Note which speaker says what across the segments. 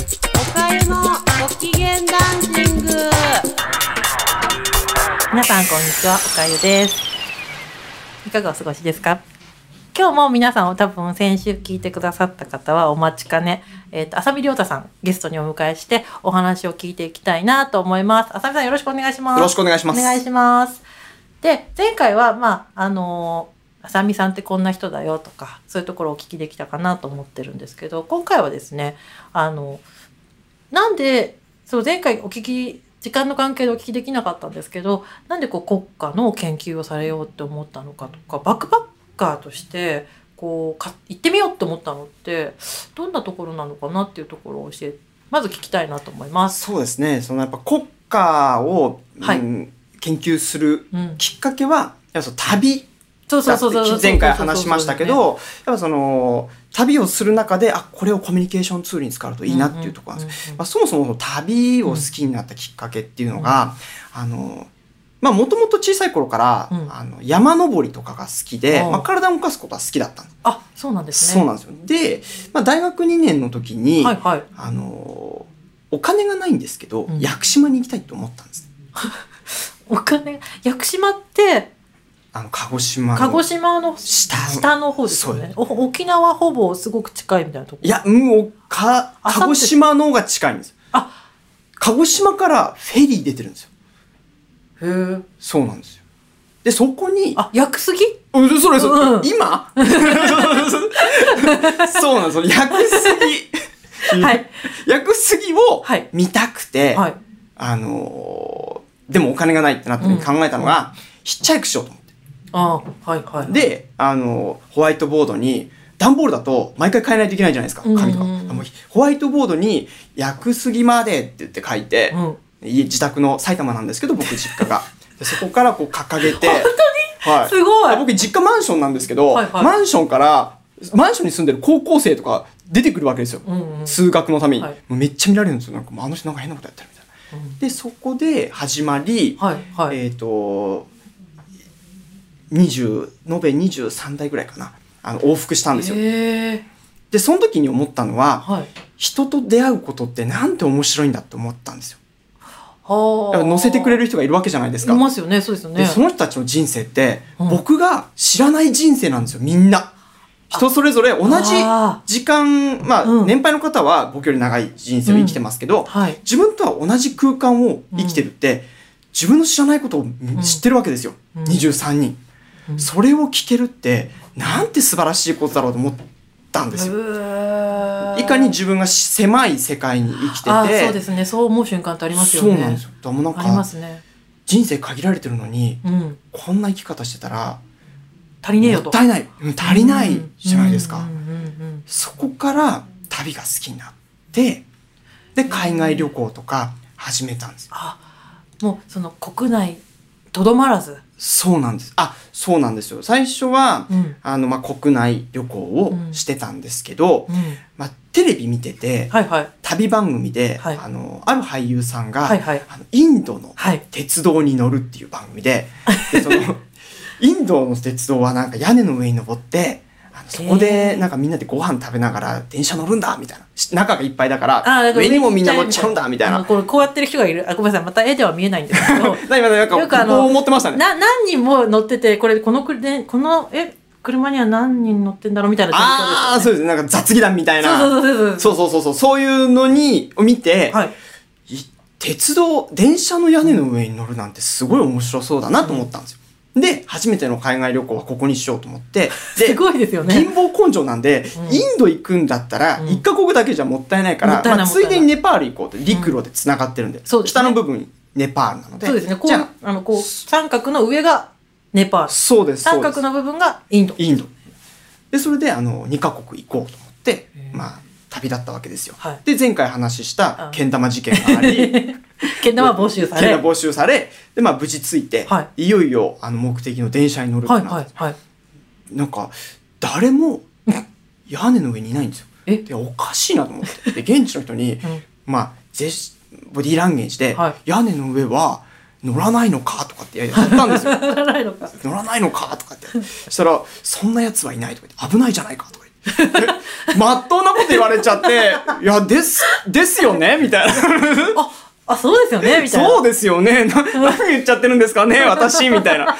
Speaker 1: おかゆのご機嫌ダンシング
Speaker 2: 皆さんこんにちはおかゆですいかがお過ごしですか今日も皆さんを多分先週聞いてくださった方はお待ちかねえっ、と浅見亮太さんゲストにお迎えしてお話を聞いていきたいなと思います浅見さんよろしくお願いします
Speaker 3: よろしくお願いします
Speaker 2: お願いしますで前回はまああのー浅見さんってこんな人だよとかそういうところをお聞きできたかなと思ってるんですけど今回はですねあのなんで、そう、前回お聞き、時間の関係でお聞きできなかったんですけど、なんでこう国家の研究をされようって思ったのかとか、バックパッカーとして、こうか、行ってみようって思ったのって、どんなところなのかなっていうところを教え、まず聞きたいなと思います。
Speaker 3: そうですね。そのやっぱ国家を、うん
Speaker 2: はい
Speaker 3: 研究する
Speaker 2: うん。
Speaker 3: きっかけは、やっぱその旅
Speaker 2: そうそ
Speaker 3: だ
Speaker 2: う
Speaker 3: って
Speaker 2: そうそう。
Speaker 3: 前回話しましたけ
Speaker 2: そうそう
Speaker 3: ど、やっぱその旅をする中で、あ、これをコミュニケーションツールに使うといいなっていうところなんです。
Speaker 2: す
Speaker 3: まあ、そもそもその旅を好きになったきっかけっていうのが、あの、まあ、もともと小さい頃から、
Speaker 2: うん
Speaker 3: あの山登りとかが好きで、
Speaker 2: うん
Speaker 3: まあ、体を動かすことは好きだったんです。
Speaker 2: あ、そうなんですね。
Speaker 3: そうなんですよ。で、まあ、大学2年の時に、
Speaker 2: はいはい。
Speaker 3: あのお金がないんですけど、
Speaker 2: うん
Speaker 3: 屋久島に行きたいと思ったんですね。
Speaker 2: お金、屋久島って、
Speaker 3: あの、鹿児島の。
Speaker 2: 鹿児島の
Speaker 3: 下の
Speaker 2: 下の方ですよね。
Speaker 3: そ
Speaker 2: お沖縄ほぼすごく近いみたいなところ。
Speaker 3: いや、もう、か、
Speaker 2: あ
Speaker 3: 鹿児島の方が近いんですよ。
Speaker 2: あ
Speaker 3: 鹿児島からフェリー出てるんですよ。
Speaker 2: へえ。
Speaker 3: そうなんですよ。で、そこに、
Speaker 2: あ、屋久杉
Speaker 3: うん、それそれ、
Speaker 2: うん
Speaker 3: 今そうなんですよ。屋久杉。
Speaker 2: はい。
Speaker 3: 屋久杉を
Speaker 2: はい
Speaker 3: 見たくて、
Speaker 2: はい。
Speaker 3: あのーでもお金がないってなった時に考えたのが、ヒッチハイクしようと思って。
Speaker 2: ああ、はいはい。、
Speaker 3: で、あの、ホワイトボードに、段ボールだと毎回変えないといけないじゃないですか、
Speaker 2: うんうん
Speaker 3: 紙とか。もうホワイトボードに、薬杉までって言って書いて
Speaker 2: う、ん。
Speaker 3: 家自宅の埼玉なんですけど、僕実家が。でそこからこう掲げて。本当にはい。
Speaker 2: すごい
Speaker 3: あ僕実家マンションなんですけど、
Speaker 2: はいはい
Speaker 3: マンションから、マンションに住んでる高校生とか出てくるわけですよ。
Speaker 2: うんうん。
Speaker 3: 数学のために。
Speaker 2: はい
Speaker 3: もうめっちゃ見られるんですよ。なんかもうあの人なんか変なことやってるみたいな。
Speaker 2: うん
Speaker 3: で、そこで始まり、
Speaker 2: はいはい。
Speaker 3: えっ、と、20、延べ23台ぐらいかな。あの、往復したんですよ。
Speaker 2: へえ
Speaker 3: で、その時に思ったのは、
Speaker 2: はい。
Speaker 3: 人と出会うことってなんて面白いんだって思ったんですよ。
Speaker 2: は
Speaker 3: だから乗せてくれ
Speaker 2: る
Speaker 3: る人がいるわけじゃないです
Speaker 2: い
Speaker 3: か。
Speaker 2: ますよね、そうですよね。
Speaker 3: で、その人たちの人生って、
Speaker 2: うん
Speaker 3: 僕が知らない人生なんですよ、みんな。人それぞれ同じ
Speaker 2: あ
Speaker 3: 時間、まあ、
Speaker 2: うん
Speaker 3: 年配の方は僕より長い人生を生きてますけど、
Speaker 2: はい。
Speaker 3: 自分とは同じ空間を生きてるって、自分の知らないことを知ってるわけですよ、
Speaker 2: うん
Speaker 3: 23人、
Speaker 2: うん
Speaker 3: それを聞けるってなんて素晴らしいことだろうと思ったんですよ、いかに自分が狭い世界に生きてて
Speaker 2: ああ、そうですね。そう思う瞬間ってありますよ
Speaker 3: そ
Speaker 2: ね。
Speaker 3: うなんですよだからもう
Speaker 2: ありま
Speaker 3: なんか
Speaker 2: すね。
Speaker 3: 人生限られてるのに
Speaker 2: うん。
Speaker 3: こんな生き方してたら
Speaker 2: 足りねえよ
Speaker 3: も
Speaker 2: と。
Speaker 3: ったいないうん足りないじゃないですか、
Speaker 2: うんうんうん
Speaker 3: そこから旅が好きになってで海外旅行とか始めたんですよ
Speaker 2: うん。もう、その国内、とどまらず。
Speaker 3: そうなんですあそうなんですよ最初は、
Speaker 2: うん。
Speaker 3: あの、まあ、国内旅行をしてたんですけど、
Speaker 2: うん。
Speaker 3: まあ、テレビ見てて、
Speaker 2: はいはい。
Speaker 3: 旅番組で、
Speaker 2: はい
Speaker 3: あの、ある俳優さんが、
Speaker 2: はいはい。
Speaker 3: あのインドの
Speaker 2: はい。
Speaker 3: 鉄道に乗るっていう番組で、でそ の、インドの鉄道はなんか屋根の上に登って、あのそこ
Speaker 2: へ
Speaker 3: で
Speaker 2: ー
Speaker 3: なんかみんなでご飯食べながら電車乗るんだみたいな。し中がいっぱいだから、
Speaker 2: ああ、だから
Speaker 3: 上にもみんな乗っちゃうんだみたい
Speaker 2: あ
Speaker 3: な
Speaker 2: の。これこうやってる人がいる。あ、ごめんなさい。また絵では見えないんですけど。
Speaker 3: だ今なんか、
Speaker 2: よくあの
Speaker 3: こう思ってましたね。
Speaker 2: な何人も乗っててこれこのくでこのえ車には何人乗ってんだろうみたいな状
Speaker 3: あ
Speaker 2: 況
Speaker 3: あ、
Speaker 2: です
Speaker 3: そう
Speaker 2: よね。
Speaker 3: ですね。なんか雑技団みたいな。
Speaker 2: そうそうそうそう
Speaker 3: そうそうそうそう。そういうのに、を見て、
Speaker 2: はい。
Speaker 3: い鉄道電車の屋根の上に乗るなんてすごい面白そうだなと思ったんですよ。で初めての海外旅行はここにしようと思って
Speaker 2: す
Speaker 3: で
Speaker 2: ごいですよね。
Speaker 3: 貧乏根性なんで、
Speaker 2: うん
Speaker 3: インド行くんだったら
Speaker 2: うん
Speaker 3: 1カ国だけじゃもったいないから、
Speaker 2: もったいない
Speaker 3: まあ、
Speaker 2: もった
Speaker 3: つ
Speaker 2: いない
Speaker 3: いでにネパール行こうって陸路でつながってるんで,、
Speaker 2: そうですね
Speaker 3: 下の部分にネパールなので
Speaker 2: そうですね。こう
Speaker 3: じ
Speaker 2: あ
Speaker 3: ゃ
Speaker 2: のこう三角の上がネパー
Speaker 3: あ
Speaker 2: ル、
Speaker 3: そうですそ
Speaker 2: 三
Speaker 3: うで
Speaker 2: 角
Speaker 3: す
Speaker 2: の部分がインド。
Speaker 3: インドでそれであの2カ国行こうと思って
Speaker 2: へ、ー
Speaker 3: まあ、旅立ったわけですよ。
Speaker 2: はい
Speaker 3: で前回話し
Speaker 2: う
Speaker 3: た
Speaker 2: ん
Speaker 3: けん玉事件があ り
Speaker 2: けん玉は募集さ
Speaker 3: 県
Speaker 2: れ。
Speaker 3: が
Speaker 2: はい
Speaker 3: 募集され、で、まあ、無事着いて、、
Speaker 2: はい
Speaker 3: よいよ、あの、目的の電車に乗るってな
Speaker 2: は
Speaker 3: っ
Speaker 2: い
Speaker 3: て、
Speaker 2: はい。
Speaker 3: なんか、誰も、屋根の上にいないんですよ。
Speaker 2: え
Speaker 3: で、おかしいなと思って。で、現地の 人に、
Speaker 2: ん
Speaker 3: まあ、ゼスボディーランゲージで、
Speaker 2: は
Speaker 3: 屋根の上は乗らないのかとかってやったんですよ。
Speaker 2: わからないのか。
Speaker 3: 乗らないのかとかって。そしたら、そんな奴はいないとか言って、危ないじゃないかとか言って。まっとうなこと言われちゃって、いや、です、ですよねみたいな。
Speaker 2: あ、そうですよねみたいな。
Speaker 3: そうですよね。な何言っちゃってるんです かね私、みたいな。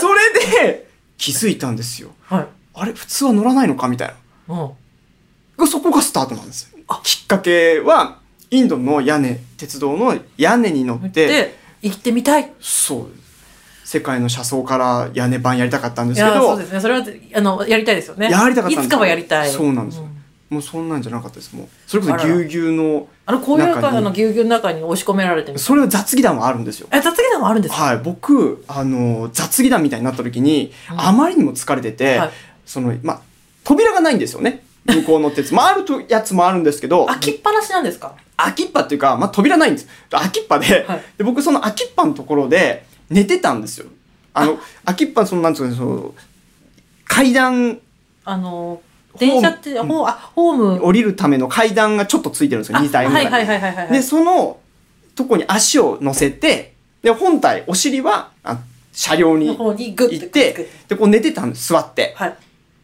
Speaker 3: それで、気づいたんですよ。
Speaker 2: はい。
Speaker 3: あれ普通は乗らないのかみたい
Speaker 2: うん。
Speaker 3: な。そこがスタートなんですよ。きっかけは、インドの屋根、鉄道の屋根に乗って、
Speaker 2: で、行ってみたい。い
Speaker 3: そう。世界の車窓から屋根版やりたかったんですけ
Speaker 2: や、そう
Speaker 3: ど
Speaker 2: で、すね。それは、あの、やりたいですよね。
Speaker 3: やりたかったんですよ
Speaker 2: いつかはやりたい。
Speaker 3: そうなんですよ
Speaker 2: ん
Speaker 3: もうそんなんじゃなかったです。もう、それこそ
Speaker 2: あら
Speaker 3: ぎゅうぎゅうの、
Speaker 2: あの、こういう
Speaker 3: 中に
Speaker 2: あの、ぎゅうぎゅうの中に押し込められてみたい
Speaker 3: それは雑技団はあるんですよ。
Speaker 2: え、雑技団もあるんですか
Speaker 3: はい、僕、あの、雑技団みたいになった時に、
Speaker 2: うん
Speaker 3: あまりにも疲れてて、
Speaker 2: はい
Speaker 3: その、ま、扉がないんですよね。向こうの 鉄。まあ、あるとやつもあるんですけど、
Speaker 2: 開きっぱなしなんですか
Speaker 3: 空きっぱっていうか、まあ、扉ないんです。空きっぱで、
Speaker 2: はい
Speaker 3: で、僕その空きっぱのところで寝てたんですよ。あの、空きっぱ、その、なんつうか、その、階段、
Speaker 2: あの、
Speaker 3: ホーム
Speaker 2: 電車って、
Speaker 3: うん
Speaker 2: ホーあ、ホーム。
Speaker 3: 降りるための階段がちょっとついてるんですよ、
Speaker 2: あ
Speaker 3: 2台ぐらい。
Speaker 2: はいはいはいはいはい。
Speaker 3: で、そのとこに足を乗せて、で、本体、お尻は、あ車両
Speaker 2: の
Speaker 3: に
Speaker 2: 方にグッ
Speaker 3: 行っ
Speaker 2: くっつ
Speaker 3: て
Speaker 2: け、
Speaker 3: で、こう寝てたんです、座って。
Speaker 2: はい。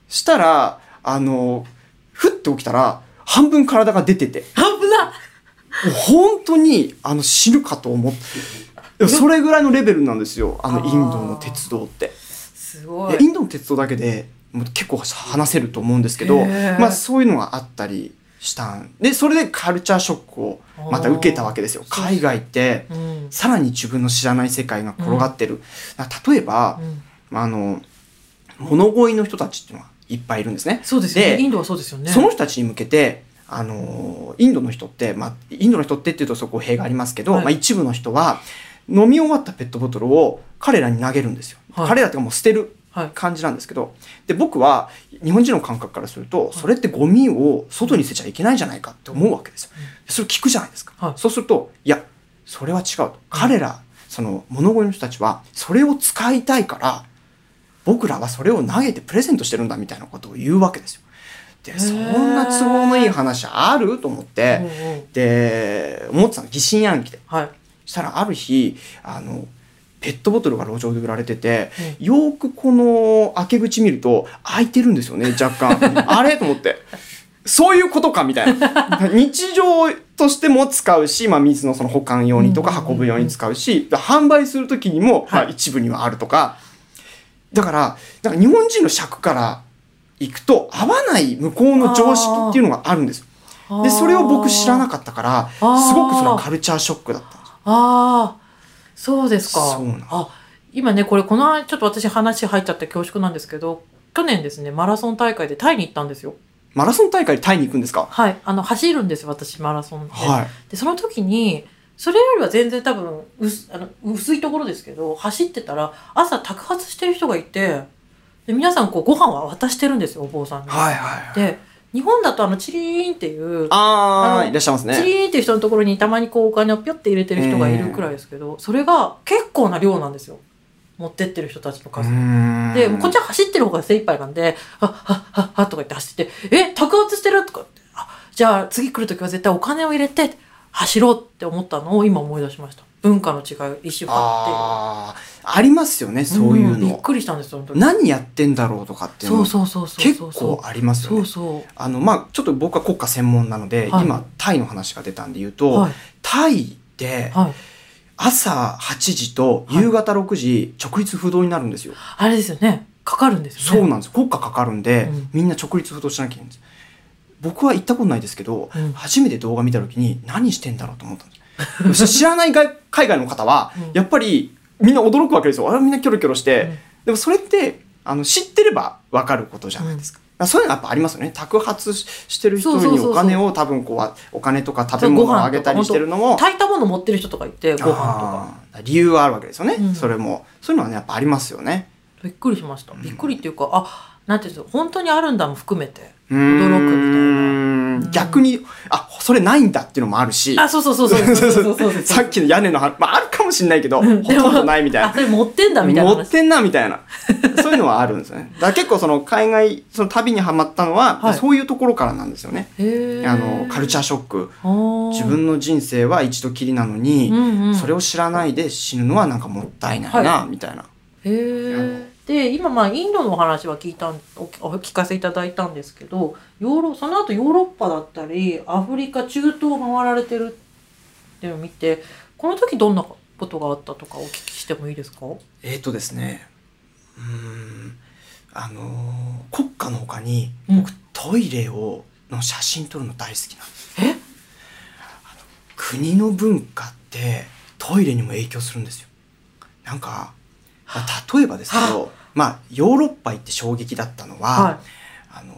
Speaker 3: したら、あの、ふって起きたら、半分体が出てて、
Speaker 2: 危な
Speaker 3: もう本当に、あの、死ぬかと思って。でもそれぐらいのレベルなんですよ、あの、
Speaker 2: あー
Speaker 3: インドの鉄道って。
Speaker 2: すご
Speaker 3: で
Speaker 2: い。
Speaker 3: インドの鉄道だけでもう結構話せると思うんですけ
Speaker 2: へ
Speaker 3: ど、
Speaker 2: ー
Speaker 3: まあそういうのがあったりしたんで、それでカルチャーショックをまた受けたわけですよ。
Speaker 2: あー
Speaker 3: 海外って、
Speaker 2: うん。
Speaker 3: さらに自分の知らない世界が転がってる。だから例えば、あの、物乞いの人たちっていうのはいっぱいいるんですね。
Speaker 2: そうですよね。
Speaker 3: で
Speaker 2: インドはそうですよね。
Speaker 3: その人たちに向けて、あの、インドの人って、まあ、インドの人ってっていうとそこ弊がありますけど、
Speaker 2: はい
Speaker 3: まあ一部の人は、飲み終わったペットボトルを彼らに投げるんですよ。
Speaker 2: はい
Speaker 3: 彼らっていうかもう捨てる
Speaker 2: はい。
Speaker 3: 感じなんですけど、で、僕は日本人の感覚からすると、それってゴミを外に捨てちゃいけないんじゃないかって思うわけですよ。それ聞くじゃないですか。
Speaker 2: はい
Speaker 3: そうすると、いや、それは違うと。彼ら、その物乞いの人たちは、それを使いたいから、僕らはそれを投げてプレゼントしてるんだみたいなことを言うわけですよ。で、
Speaker 2: ー
Speaker 3: そんな都合のいい話あると思っ
Speaker 2: うん
Speaker 3: て、
Speaker 2: うん
Speaker 3: で、思ってたの、疑心暗鬼で。
Speaker 2: はい。
Speaker 3: したらある日あのペットボトルが路上で売られてて、
Speaker 2: え
Speaker 3: よーくこの開け口見ると開いてるんですよね若 干あれと思ってそういうことかみたいな日常としても使うし、まあ、水のその保管用にと
Speaker 2: うんうん
Speaker 3: か
Speaker 2: うん
Speaker 3: 運ぶ用に使うし、販売する時にも、まあ
Speaker 2: はい
Speaker 3: 一部にはあるとかだからなんか日本人の尺から行くと合わない向こうの常識っていうのがあるんですよでそれを僕知らな
Speaker 2: かっ
Speaker 3: かったからす
Speaker 2: あー
Speaker 3: ごくそれはカルチャーショックだったんです
Speaker 2: た。ああ。そうですか。
Speaker 3: そうなんです
Speaker 2: あ、今ね、これ、この、ちょっと私話入っちゃって恐縮なんですけど、去年ですね、マラソン大会でタイに行ったんですよ。
Speaker 3: マラソン大会でタイに行くんですか
Speaker 2: はい。あの、走るんですよ、私、マラソンで。
Speaker 3: はい。
Speaker 2: でその時にそれよりは全然多分薄あの薄いところですけど走ってたら朝宅発してる人がいてで皆さんこうご飯は渡してるんですよお坊さんに。
Speaker 3: はいはい。
Speaker 2: で日本だとあのチリーンっていう、
Speaker 3: あ
Speaker 2: あ
Speaker 3: ー、
Speaker 2: の
Speaker 3: いらっしゃいます
Speaker 2: チ
Speaker 3: ね。
Speaker 2: リーンっていう人のところにたまにこうお金をピョって入れてる人がいるくらいですけど、それが結構な量なんですよ持ってってる人たちの数。で、もうこっち
Speaker 3: は、
Speaker 2: は走ってる方が精一杯なんで、あ、あ、あ、あ、とか言って走ってて、え、宅発してるとかって、あ、じゃあ次来るときは絶対お金を入れて、走ろうって思ったのを今思い出しました。文化の違い、一周あっ
Speaker 3: あー、ありますよね、
Speaker 2: て。
Speaker 3: そういう
Speaker 2: うんびっ
Speaker 3: の。
Speaker 2: くりしたんですよ、その時。
Speaker 3: 何やってんだろうとかっていう
Speaker 2: そう
Speaker 3: の
Speaker 2: そうそうそう。
Speaker 3: 結構ありますよ
Speaker 2: そう
Speaker 3: ね。
Speaker 2: そ
Speaker 3: あの、まあちょっと僕は国家専門なので、
Speaker 2: はい
Speaker 3: 今、タイの話が出たんで言う
Speaker 2: う。は
Speaker 3: と
Speaker 2: い、。
Speaker 3: タイって
Speaker 2: はい。
Speaker 3: 朝8時と夕方6時直立不動になるんですよ。
Speaker 2: あれですよね。かかるんですよね。
Speaker 3: そうなんです。国家かかるんで
Speaker 2: うん、
Speaker 3: みんな直立不動しなきゃいけないんです。僕は行ったことないですけど
Speaker 2: うん、
Speaker 3: 初めて動画見た時に何してんだろうと思ったんですよ。知らない外海外の方は
Speaker 2: うん、
Speaker 3: やっぱりみんな驚くわけですよ。あれみんなキョロキョロして。でもそれって、あの、知ってればわかることじゃないですか。だからそういうのやっぱありますよね。宅発ししてる人
Speaker 2: そうそう
Speaker 3: に
Speaker 2: そうそう
Speaker 3: お金を多分こうあ、お金とか食べ
Speaker 2: そうご飯
Speaker 3: 物を
Speaker 2: とか
Speaker 3: あげたりしてるの
Speaker 2: うん
Speaker 3: も、
Speaker 2: 炊いたもの持ってる人とかいて、ご飯とか。
Speaker 3: あー理由はあるわけですよね。
Speaker 2: うん
Speaker 3: それも。そういうのはね、やっぱありますよね。
Speaker 2: びっくりしました。
Speaker 3: うん
Speaker 2: びっくりっていうか、あ、なんていうんですか、本当にあるんだも含めて。
Speaker 3: 驚
Speaker 2: くみたいう
Speaker 3: み
Speaker 2: ん
Speaker 3: 逆に、あ、それないんだっていうのもあるし、
Speaker 2: あ、そうそう そうそうそうそうそうそう
Speaker 3: さっきの屋根の話、まああるかもしんないけ ど、
Speaker 2: うん
Speaker 3: ほとんどないみたい
Speaker 2: あ、
Speaker 3: な
Speaker 2: そ。れ持ってんだみたいな
Speaker 3: 持っ
Speaker 2: 話。
Speaker 3: てんなみたいな。そういうのはあるんです よね。だから結構その海外、その旅にハマったのは、
Speaker 2: はい
Speaker 3: そういうところからなんですよね。あの、カルチャー
Speaker 2: シ
Speaker 3: ショック。
Speaker 2: ョッ
Speaker 3: 自分の人生は一度きりなのに、それ
Speaker 2: を、
Speaker 3: を知らないで死ぬのはなんかもったいないな、みたいな。
Speaker 2: へーで今まあインドのお話は聞いたんおお聞かせいただいたんですけどヨーロその後ヨーロッパだったりアフリカ中東を回られてるっていうのを見てこの時どんなことがあったとかお聞きしてもいいですか
Speaker 3: えっ、とですねうーんあのー国家のほかに
Speaker 2: うん
Speaker 3: 僕トイレをの写真撮るの大好きなんです
Speaker 2: え
Speaker 3: あの国の文化ってトイレにも影響するんですよなんかまあ例えばですけどまあヨーロッパ行って衝撃だったのは、
Speaker 2: は
Speaker 3: あの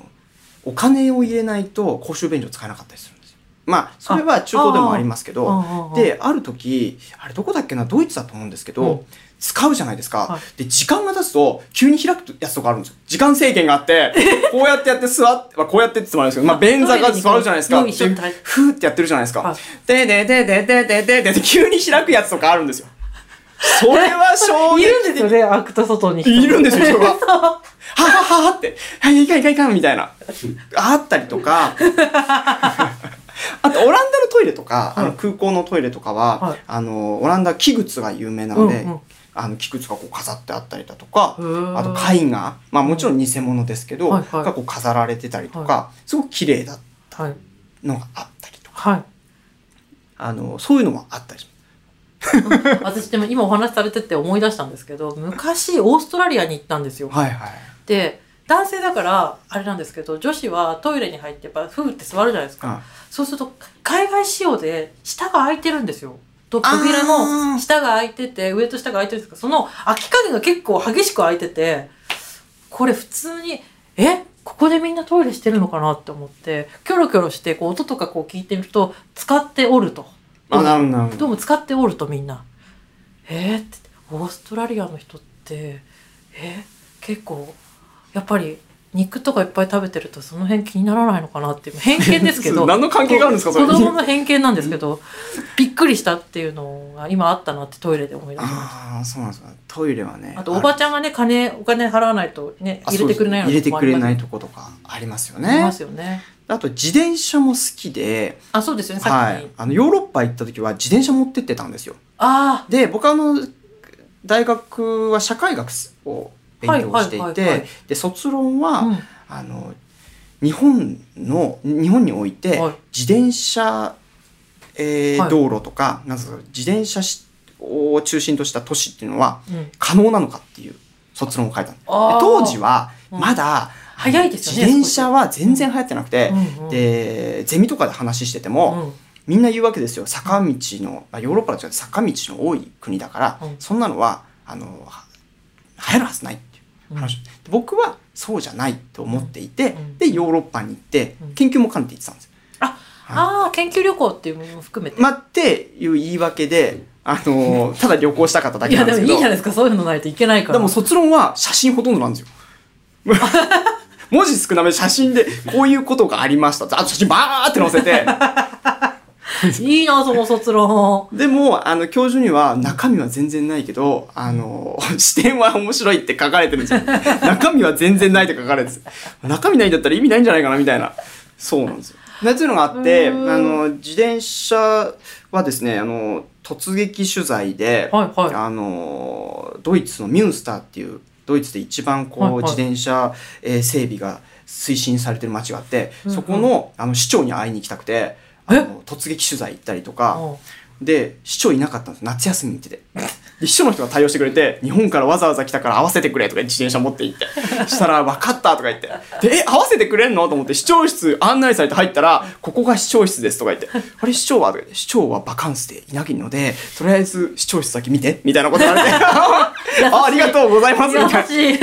Speaker 3: お金を入れないと公衆便所使えなかったりするんですよまあそれは中東でもありますけ
Speaker 2: い
Speaker 3: ど
Speaker 2: うんうんうん。
Speaker 3: である時あれどこだっけなドイツだと思うんですけど、
Speaker 2: うん
Speaker 3: 使うじゃないですか、
Speaker 2: はい
Speaker 3: で時間が経つと急に開くやつとかあるんですよ時間制限があって こうやってやって座って、まあ、こうやってって言ってもあれですけど、まあ、便座が座るじゃないですか
Speaker 2: トイレに行く
Speaker 3: でふーってやってるじゃないです
Speaker 2: は
Speaker 3: か
Speaker 2: い
Speaker 3: ででででででででで急に開くやつとかあるんですよそれは衝
Speaker 2: い
Speaker 3: 撃
Speaker 2: るんですよね、アクタ外に。
Speaker 3: いるんですよ人が
Speaker 2: そうあ
Speaker 3: ははははって、はい、いかんいかんいかんみたいな。あったりと か、あと、オランダのトイレとか、あ
Speaker 2: は
Speaker 3: の
Speaker 2: い
Speaker 3: 空港のトイレとかは、
Speaker 2: はい
Speaker 3: あの、オランダ、器靴が有名なので、
Speaker 2: うんうん
Speaker 3: あの、器靴がこう飾ってあったりだとか、あと
Speaker 2: い。
Speaker 3: 絵画、まあもちろん偽物ですけど、
Speaker 2: はいはい
Speaker 3: がこう飾られてたりとか、
Speaker 2: は
Speaker 3: すごく綺麗だ
Speaker 2: はい。
Speaker 3: のがあったりとか、
Speaker 2: はい。
Speaker 3: あの、そういうのもあったりします。
Speaker 2: 私でも今お話しされてて思い出したんですけど、昔オーストラリアに行ったんですよ。
Speaker 3: はいはい。
Speaker 2: で、男性だから、あれなんですけど、女子はトイレに入って、やっぱ、ふーって座るじゃないですか。
Speaker 3: あ
Speaker 2: そうすると、海外仕様で、下が開いてるんですよ。と扉の下が開いてて、上と下が開いてるんですけど、その開き加減が結構激しく開いてて、これ普通に、えここでみんなトイレしてるのかなって思って、キョロキョロして、こう音とかこう聞いてみると、使っておると。
Speaker 3: あ、なるほどなるほ
Speaker 2: どう
Speaker 3: ど。
Speaker 2: も使っておるとみんな。えー、ってオーストラリアの人ってえー結構やっぱり肉とかいっぱい食べてるとその辺気にならないのかなっていう偏見ですけど
Speaker 3: 何の関係があるんですか、それ
Speaker 2: 子
Speaker 3: に。
Speaker 2: 供の偏見なんですけどびっくりしたっていうのが今あったなってトイレで思い出しまし
Speaker 3: ああ、そうなんですか。トイレはね。
Speaker 2: た。あとおばちゃんがね金お金払わないとね
Speaker 3: あ
Speaker 2: 入れてくれない
Speaker 3: そうです入れてくれない
Speaker 2: と
Speaker 3: とことかありますよ
Speaker 2: あり
Speaker 3: ね
Speaker 2: ま。すよね。
Speaker 3: あと自転車も好きで、
Speaker 2: あそうですよねさっき
Speaker 3: は
Speaker 2: に、
Speaker 3: い、あのヨーロッパ行った時は自転車持ってってたんですよ。
Speaker 2: あ
Speaker 3: で僕はあの大学は社会学を勉強していて、
Speaker 2: はいはいはいはい
Speaker 3: で卒論は、
Speaker 2: あ、うん、
Speaker 3: あの日本の日本において
Speaker 2: はい
Speaker 3: 自転車、えー
Speaker 2: はい
Speaker 3: 道路とかなんか自転車しを中心とした都市っていうのは
Speaker 2: うん、
Speaker 3: 可能なのかっていう卒論を書いたんですで
Speaker 2: あー
Speaker 3: 当時は
Speaker 2: うん
Speaker 3: まだ、
Speaker 2: 早いですよね
Speaker 3: 自転車は全然流行ってなくて、
Speaker 2: うんうん
Speaker 3: でゼミとかで話してて
Speaker 2: う
Speaker 3: も、
Speaker 2: ん
Speaker 3: みんな言うわけですよ坂道の、まあ、ヨーロッパだと違って坂道の多い国だから、
Speaker 2: うん
Speaker 3: そんなのはあのは流行るはずないっていう話、で僕はそうじゃないと思っていて、
Speaker 2: うん
Speaker 3: でヨーロッパに行って
Speaker 2: うん
Speaker 3: 研究も兼ねて行ってたんですよ。
Speaker 2: あー研究旅行っていうものも含めて
Speaker 3: まあっていう言い訳で、あのただ旅行したかっただ
Speaker 2: い
Speaker 3: けな
Speaker 2: や
Speaker 3: んで
Speaker 2: ですもい
Speaker 3: け
Speaker 2: い
Speaker 3: ど
Speaker 2: じゃないですかそういうのないといけないから
Speaker 3: でも卒論は写真ほとんどなん ですよ。文字少なめ写真でこういうことがありましたってあと写真バーって載せて
Speaker 2: いいなその卒論
Speaker 3: でもあの教授には中身は全然ないけどあの 視点は面白いって書かれてるん ですよ中身は全然ないって書かれてるんです中身ないんだったら意味ないんじゃないかなみたいなそうなんですよ。なというのがあってあ
Speaker 2: うーん
Speaker 3: の自転車はですねあの突撃取材で、
Speaker 2: はいはい
Speaker 3: あのドイツのミュンスターっていうドイツで一番こう、
Speaker 2: はいはい
Speaker 3: 自転車、えー整備が推進されてる町があって、
Speaker 2: うんうん
Speaker 3: そこのあの市長に会いに行きたくてあの突撃取材行ったりとか
Speaker 2: うん
Speaker 3: で市長いなかったんです夏休みに行っててで市長の人が対応してくれて日本からわざわざ来たから会わせてくれとか自転車持って行ってしたら分かったとか言ってでえ会わせてくれんのと思って市長室案内されて入ったらここが市長室ですとか言ってあれ市長はとか言って市長はバカンスでいなきのでとりあえず市長室先見てみたいなこと言われてあ ありがとうございますみたいな
Speaker 2: 優しい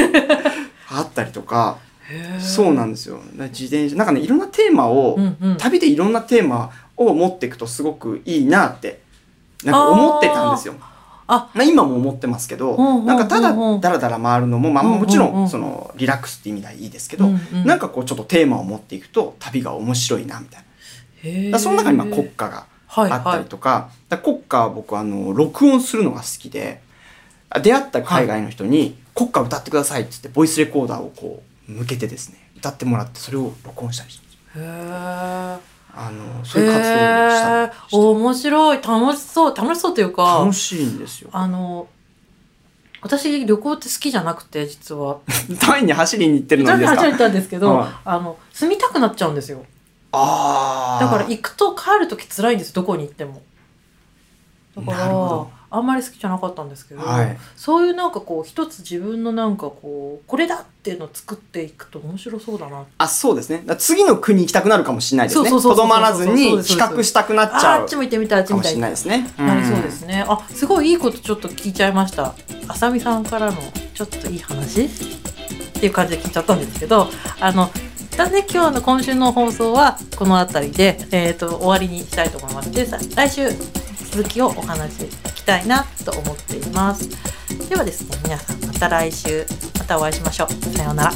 Speaker 3: あったりとか
Speaker 2: へー
Speaker 3: そうなんですよだから自転車なんかねいろんなテーマを、
Speaker 2: うんうん
Speaker 3: 旅でいろんなテーマを持っていくとすごくいいなってなんか思ってたんですよ。
Speaker 2: あ
Speaker 3: まあ、今も思ってますけど、
Speaker 2: うんうんうんうん
Speaker 3: なんかただだらだら回るのも、まあ、
Speaker 2: うんうんうん
Speaker 3: もちろんそのリラックスって意味ではいいですけ
Speaker 2: う
Speaker 3: ど、
Speaker 2: んうん
Speaker 3: なんかこうちょっとテーマを持っていくと旅が面白いなみたいな。
Speaker 2: へー
Speaker 3: だからその中にまあ国歌が
Speaker 2: はい
Speaker 3: あった
Speaker 2: は
Speaker 3: り
Speaker 2: い
Speaker 3: とか,、だから国歌は僕あの録音するのが好きであ出会った海外の人に「国歌歌ってください」っつってボイスレコーダーをこう向けてですね歌ってもらってそれを録音したりして
Speaker 2: へ
Speaker 3: ます
Speaker 2: ー
Speaker 3: あのそういう活動をした
Speaker 2: へー
Speaker 3: りして
Speaker 2: 面白い楽しそう楽しそうというか
Speaker 3: 楽しいんですよ。
Speaker 2: あの私旅行って好きじゃなくて実は
Speaker 3: タイに走りに行ってる
Speaker 2: ちょ
Speaker 3: の
Speaker 2: っ
Speaker 3: に
Speaker 2: と
Speaker 3: です
Speaker 2: 走
Speaker 3: か
Speaker 2: れたんですけど、
Speaker 3: はい
Speaker 2: あの住みたくなっちゃうんですよ
Speaker 3: ああ
Speaker 2: だから行くと帰る時辛いんですどこに行ってもだか
Speaker 3: なるほ
Speaker 2: らあんまり好きじゃなかったんですけど、
Speaker 3: はい
Speaker 2: そういうなんかこう一つ自分のなんかこうこれだっていうのを作っていくと面白そうだな
Speaker 3: あそうですねだから次の国行きたくなるかもしれないですね
Speaker 2: そうそうそう
Speaker 3: と
Speaker 2: そう
Speaker 3: どまらず
Speaker 2: そう
Speaker 3: に
Speaker 2: です
Speaker 3: 比
Speaker 2: そう
Speaker 3: 較
Speaker 2: です
Speaker 3: したくなっち
Speaker 2: あ
Speaker 3: ゃ
Speaker 2: あっ
Speaker 3: う
Speaker 2: ちも行ってみたいあっち
Speaker 3: か
Speaker 2: み
Speaker 3: も
Speaker 2: た
Speaker 3: し
Speaker 2: い
Speaker 3: れないですね
Speaker 2: なりそうで
Speaker 3: ん
Speaker 2: すねあすごいいいことちょっと聞いちゃいましたあさみさんからのちょっといい話っていう感じで聞いちゃったんですけどあの一旦ね今日の今週の放送はこの辺りで、えー、と終わりにしたいと思いますでさ来週続きをお話し聞きたいなと思っていますではですね皆さんまた来週またお会いしましょうさようなら